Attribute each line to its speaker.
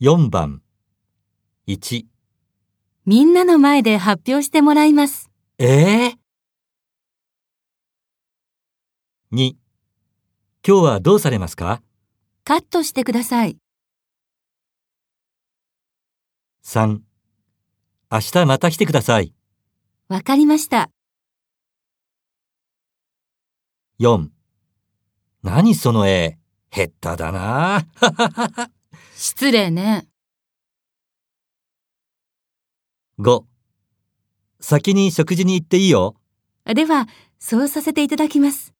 Speaker 1: 4番、1、
Speaker 2: みんなの前で発表してもらいます。
Speaker 1: ええ2、今日はどうされますか
Speaker 2: カットしてください。
Speaker 1: ?3、明日また来てください。
Speaker 2: わかりました。
Speaker 1: 4、何その絵、下手だな あ
Speaker 2: 失礼ね。
Speaker 1: 5、先に食事に行っていいよ。
Speaker 2: では、そうさせていただきます。